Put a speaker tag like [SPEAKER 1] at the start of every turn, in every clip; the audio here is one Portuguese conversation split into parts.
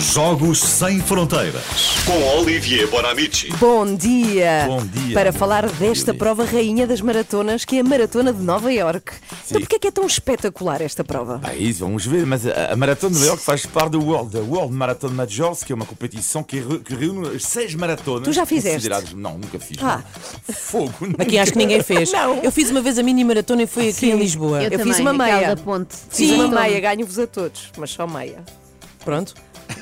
[SPEAKER 1] Jogos Sem Fronteiras. Com Olivier Bonamici.
[SPEAKER 2] Bom dia!
[SPEAKER 1] Bom dia.
[SPEAKER 2] Para falar desta
[SPEAKER 1] dia.
[SPEAKER 2] prova rainha das maratonas, que é a Maratona de Nova Iorque. Então porquê é que é tão espetacular esta prova?
[SPEAKER 3] Ah, isso, vamos ver, mas a, a Maratona de Nova York faz parte do World, da World Marathon Majors, que é uma competição que, re- que reúne as seis maratonas.
[SPEAKER 2] Tu já fizeste?
[SPEAKER 3] consideradas- Não, nunca fiz.
[SPEAKER 2] Ah.
[SPEAKER 3] não. Fogo, nunca.
[SPEAKER 4] Aqui acho que ninguém fez. Eu fiz uma vez a mini maratona e foi aqui em Lisboa.
[SPEAKER 2] Eu fiz uma
[SPEAKER 5] naquela
[SPEAKER 2] meia.
[SPEAKER 5] da ponte.
[SPEAKER 2] Fiz
[SPEAKER 4] Sim.
[SPEAKER 2] uma meia, ganho-vos a todos, mas só meia.
[SPEAKER 4] Pronto.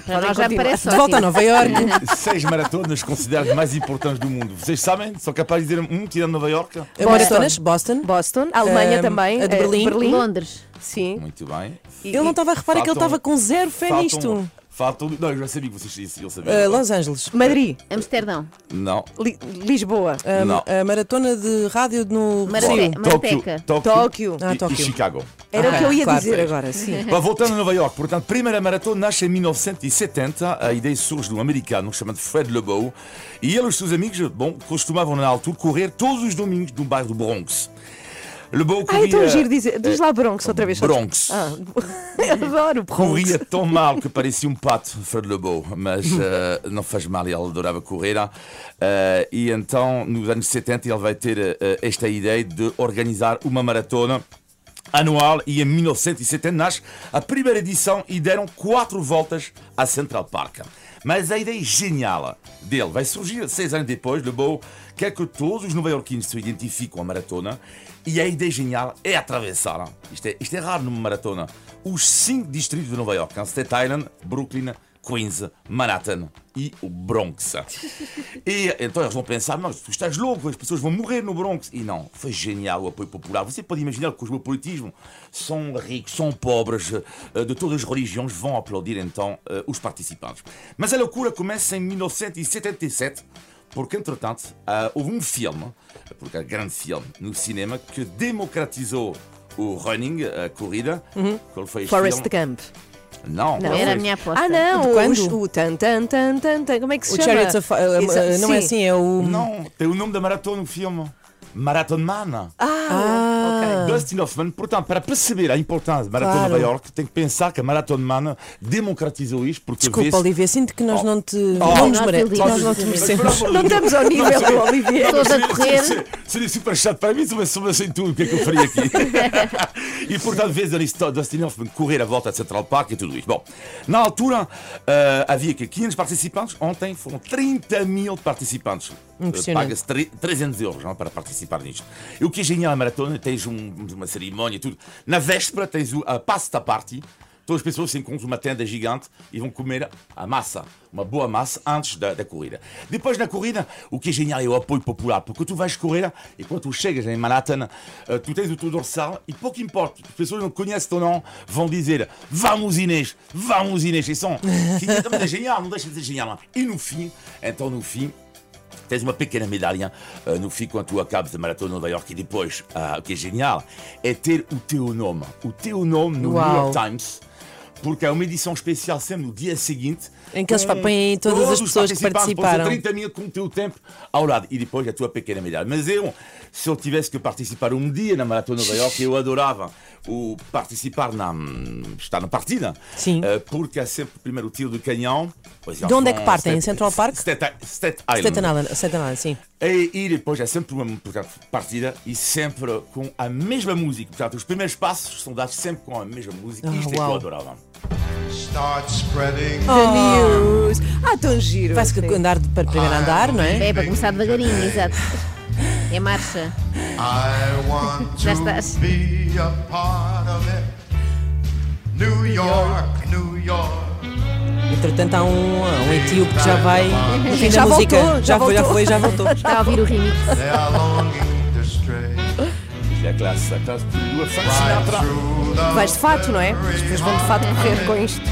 [SPEAKER 5] Para
[SPEAKER 2] Podem
[SPEAKER 5] nós já me
[SPEAKER 2] continuar.
[SPEAKER 5] parece
[SPEAKER 4] De volta a
[SPEAKER 5] ótimo.
[SPEAKER 4] Nova Iorque.
[SPEAKER 3] Seis maratonas consideradas mais importantes do mundo. Vocês sabem? São capazes de dizer um tirando Nova York?
[SPEAKER 4] A Maratonas, Boston.
[SPEAKER 2] Boston, a Alemanha
[SPEAKER 4] Ahm,
[SPEAKER 2] também.
[SPEAKER 4] a de
[SPEAKER 2] eh,
[SPEAKER 4] Berlim.
[SPEAKER 5] Londres.
[SPEAKER 2] Sim.
[SPEAKER 3] Muito bem.
[SPEAKER 2] E-
[SPEAKER 4] Ele não estava a reparar que ele
[SPEAKER 3] Faltam-
[SPEAKER 4] estava com zero fé nisto.
[SPEAKER 3] Faltam. Não, eu já sabia que vocês isso, eu sabia.
[SPEAKER 2] Eh,
[SPEAKER 4] Ah, Los Angeles.
[SPEAKER 2] e- Madrid,
[SPEAKER 5] Amsterdão.
[SPEAKER 3] Não.
[SPEAKER 2] Li- Lisboa,
[SPEAKER 4] Ah,
[SPEAKER 3] Não.
[SPEAKER 4] A maratona de rádio no
[SPEAKER 5] Mara-
[SPEAKER 4] Brasil.
[SPEAKER 5] Marateca.
[SPEAKER 2] Tóquio.
[SPEAKER 4] Ah,
[SPEAKER 3] e-
[SPEAKER 4] Tóquio.
[SPEAKER 3] e Chicago.
[SPEAKER 2] Era o que eu ia
[SPEAKER 4] claro.
[SPEAKER 2] dizer agora, sim.
[SPEAKER 3] Bom, voltando a Nova York, portanto, primeira maratona nasce em 1970. A ideia surge de um americano chamado Fred Lebow. E ele e os seus amigos, bom, costumavam na altura correr todos os domingos no bairro do Bronx. Lebow
[SPEAKER 2] Ah,
[SPEAKER 3] corria.
[SPEAKER 2] então giro dizer. Diz lá Bronx outra vez.
[SPEAKER 3] Bronx.
[SPEAKER 2] Ah, adoro Bronx.
[SPEAKER 3] Corria tão mal que parecia um pato, Fred Lebow, mas eh, não faz mal, ele adorava correr. ah. Eh, e então, nos anos 70, ele vai ter eh, esta ideia de organizar uma maratona anual e em 1970 nasce a primeira edição e deram quatro voltas à Central Park. Mas a ideia é genial dele vai surgir seis anos depois, Lebow quer que todos os nova-iorquinos se identifiquem com a maratona e a ideia genial é atravessar, isto é, isto é raro numa maratona, os cinco distritos de Nova York, Staten Island, Brooklyn, Queens, Manhattan e o Bronx. E então eles vão pensar, mas tu estás louco, as pessoas vão morrer no Bronx. E não, foi genial o apoio popular. Você pode imaginar que o cosmopolitismo são ricos, são pobres, eh, de todas as religiões vão aplaudir então eh, os participantes. Mas a loucura começa em 1977, porque entretanto ah, houve um filme, porque é um grande filme, no cinema, que democratizou o running, a corrida. Qual foi este
[SPEAKER 2] Forrest
[SPEAKER 3] filme?
[SPEAKER 2] Gump.
[SPEAKER 3] Não,
[SPEAKER 2] Não.
[SPEAKER 5] Era a
[SPEAKER 3] foi-
[SPEAKER 5] minha aposta.
[SPEAKER 2] Ah, não!
[SPEAKER 4] quando?
[SPEAKER 2] os- O tan tan tan tan tan. Como é que se
[SPEAKER 4] O
[SPEAKER 2] chama?
[SPEAKER 4] Chariots of Fire.
[SPEAKER 2] Exa-
[SPEAKER 4] ah, Não é
[SPEAKER 2] sim.
[SPEAKER 4] assim, é o.
[SPEAKER 3] Não, tem o nome da maratona no filme. Marathon Man.
[SPEAKER 2] Ah, ok.
[SPEAKER 3] Dustin Hoffman, portanto, para perceber a importância da Maratona
[SPEAKER 4] Claro.
[SPEAKER 3] de Nova York, tem que pensar que a Maratona Man democratizou isto, porque
[SPEAKER 4] Desculpa,
[SPEAKER 3] vê-se-
[SPEAKER 4] Olivia, sinto que nós não te.
[SPEAKER 3] Oh.
[SPEAKER 4] Não nos mere-
[SPEAKER 5] Nós
[SPEAKER 4] nós não te
[SPEAKER 5] iludimos.
[SPEAKER 4] merecemos.
[SPEAKER 3] Mas, por amor de
[SPEAKER 2] Não
[SPEAKER 3] Deus,
[SPEAKER 2] estamos ao nível do Olivier.
[SPEAKER 5] Todos a
[SPEAKER 3] Seria,
[SPEAKER 5] correr.
[SPEAKER 3] seria super chato para mim se uma sombra sem tudo, o que é que eu faria aqui? e portanto, vês Dustin Hoffman correr a volta de Central Park e tudo isto. Bom, na altura eh, havia que 500 participantes, ontem foram 30 mil participantes. Eh,
[SPEAKER 4] Impressionante.
[SPEAKER 3] Paga-se tre- 300 euros não, para participar nisto. E o que é genial na maratona, tens um- uma cerimónia e tudo. Na véspera tens o- a pasta party. Todas as pessoas se encontram numa tenda gigante e vão comer a massa, uma boa massa, antes da, da corrida. Depois na corrida, o que é genial é o apoio popular, porque tu vais correr e quando tu chegas em Manhattan, eh, tu tens o teu dorsal e pouco importa, as pessoas não conhecem ou não, vão dizer Vamos Inês, vamos Inês, e são. Mas é genial, não deixa de ser genial. E no fim, então no fim, Tens uma pequena medalha eh, no fim quando tu acabas a maratona de Nova York e depois, ah, o que é genial, é ter o teu nome. O teu nome no
[SPEAKER 4] Uau.
[SPEAKER 3] New York Times. Porque é uma edição especial sempre no dia seguinte.
[SPEAKER 4] Em que eles
[SPEAKER 3] com
[SPEAKER 4] põem todas as
[SPEAKER 3] todos os
[SPEAKER 4] pessoas que
[SPEAKER 3] participantes, põe
[SPEAKER 4] participaram.
[SPEAKER 3] 30 mil com o teu tempo ao lado. E depois a tua pequena medalha. Mas eu, se eu tivesse que participar um dia na Maratona de Nova York, eu adorava o participar na. estar na partida.
[SPEAKER 4] Sim.
[SPEAKER 3] Eh, porque há sempre primeiro o tiro do canhão. Pois
[SPEAKER 4] De onde é que
[SPEAKER 3] são
[SPEAKER 4] partem?
[SPEAKER 3] Stat-
[SPEAKER 4] Em Central Park?
[SPEAKER 3] Staten Staten
[SPEAKER 4] Staten Island, Staten Island, sim.
[SPEAKER 3] e, e depois é sempre uma portanto, partida e sempre com a mesma música. Portanto, os primeiros passos são dados sempre com a mesma música.
[SPEAKER 4] Ah,
[SPEAKER 3] Isto é que eu
[SPEAKER 4] uau.
[SPEAKER 3] adorava.
[SPEAKER 6] Start spreading.
[SPEAKER 2] The news. Ah, tão giro.
[SPEAKER 4] Vai-se
[SPEAKER 2] Sim.
[SPEAKER 4] andar de- para
[SPEAKER 3] Ah,
[SPEAKER 4] primeiro andar, não é?
[SPEAKER 5] É, para começar devagarinho, exato. É marcha.
[SPEAKER 6] I want
[SPEAKER 5] Já
[SPEAKER 6] to
[SPEAKER 5] estás.
[SPEAKER 6] be a part of it. New York, New York.
[SPEAKER 4] Entretanto, há um, há um etíope que já vai. no fim
[SPEAKER 2] Uhum. Já
[SPEAKER 4] da música.
[SPEAKER 2] voltou, já
[SPEAKER 4] já foi, já
[SPEAKER 2] voltou.
[SPEAKER 4] foi, já voltou.
[SPEAKER 5] Está a ouvir o remix.
[SPEAKER 6] They are longing to stray
[SPEAKER 3] Isto é a classe, a classe de Lua Frank
[SPEAKER 6] right
[SPEAKER 3] Sinatra.
[SPEAKER 6] through the
[SPEAKER 2] Vais de fato, não é? As pessoas vão de fato correr com isto.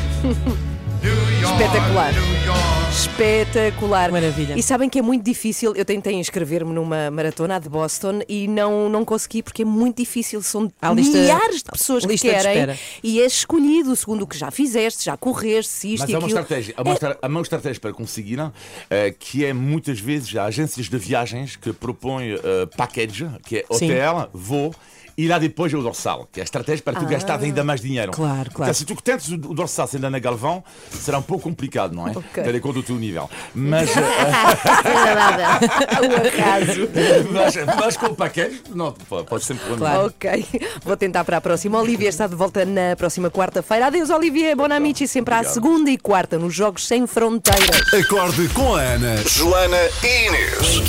[SPEAKER 6] New York,
[SPEAKER 2] Espetacular.
[SPEAKER 6] New York.
[SPEAKER 2] Espetacular.
[SPEAKER 4] Maravilha.
[SPEAKER 2] E sabem que é muito difícil. Eu tentei inscrever-me numa maratona a de Boston e não, não consegui porque é muito difícil. São
[SPEAKER 4] Há lista-
[SPEAKER 2] milhares de pessoas que
[SPEAKER 4] lista de
[SPEAKER 2] querem.
[SPEAKER 4] espera.
[SPEAKER 2] e é escolhido segundo o que já fizeste, já correste, se isto é
[SPEAKER 3] Mas
[SPEAKER 2] e
[SPEAKER 3] há uma
[SPEAKER 2] aquilo.
[SPEAKER 3] estratégia, há uma, estra- há uma estratégia para conseguir, eh, que é muitas vezes há agências de viagens que propõem eh, package, que é hotel, voo. irá depois ao dorsal, que é a estratégia para tu gastar ainda mais dinheiro.
[SPEAKER 2] Ah, Claro,
[SPEAKER 3] Portanto,
[SPEAKER 2] claro.
[SPEAKER 3] se tu tentes o o dorsal sem Ana Galvão, será um pouco complicado, não é?
[SPEAKER 2] Ok.
[SPEAKER 3] Tendo em conta o teu nível. Mas, eh,
[SPEAKER 5] Desagradável. o acaso.
[SPEAKER 3] mas, mas com o paquete, não, pô, pode sempre
[SPEAKER 2] Claro. Ok, vou tentar para a próxima. Olivia está de volta na próxima quarta-feira. Adeus, Olivia. Bonamici, sempre à
[SPEAKER 3] Obrigado.
[SPEAKER 2] segunda e quarta nos Jogos Sem Fronteiras.
[SPEAKER 7] Acorde com a Ana.
[SPEAKER 8] Joana e Inês.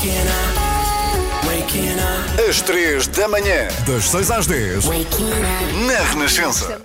[SPEAKER 8] Às três da manhã,
[SPEAKER 7] Das 6 às 10.
[SPEAKER 8] na Renascença.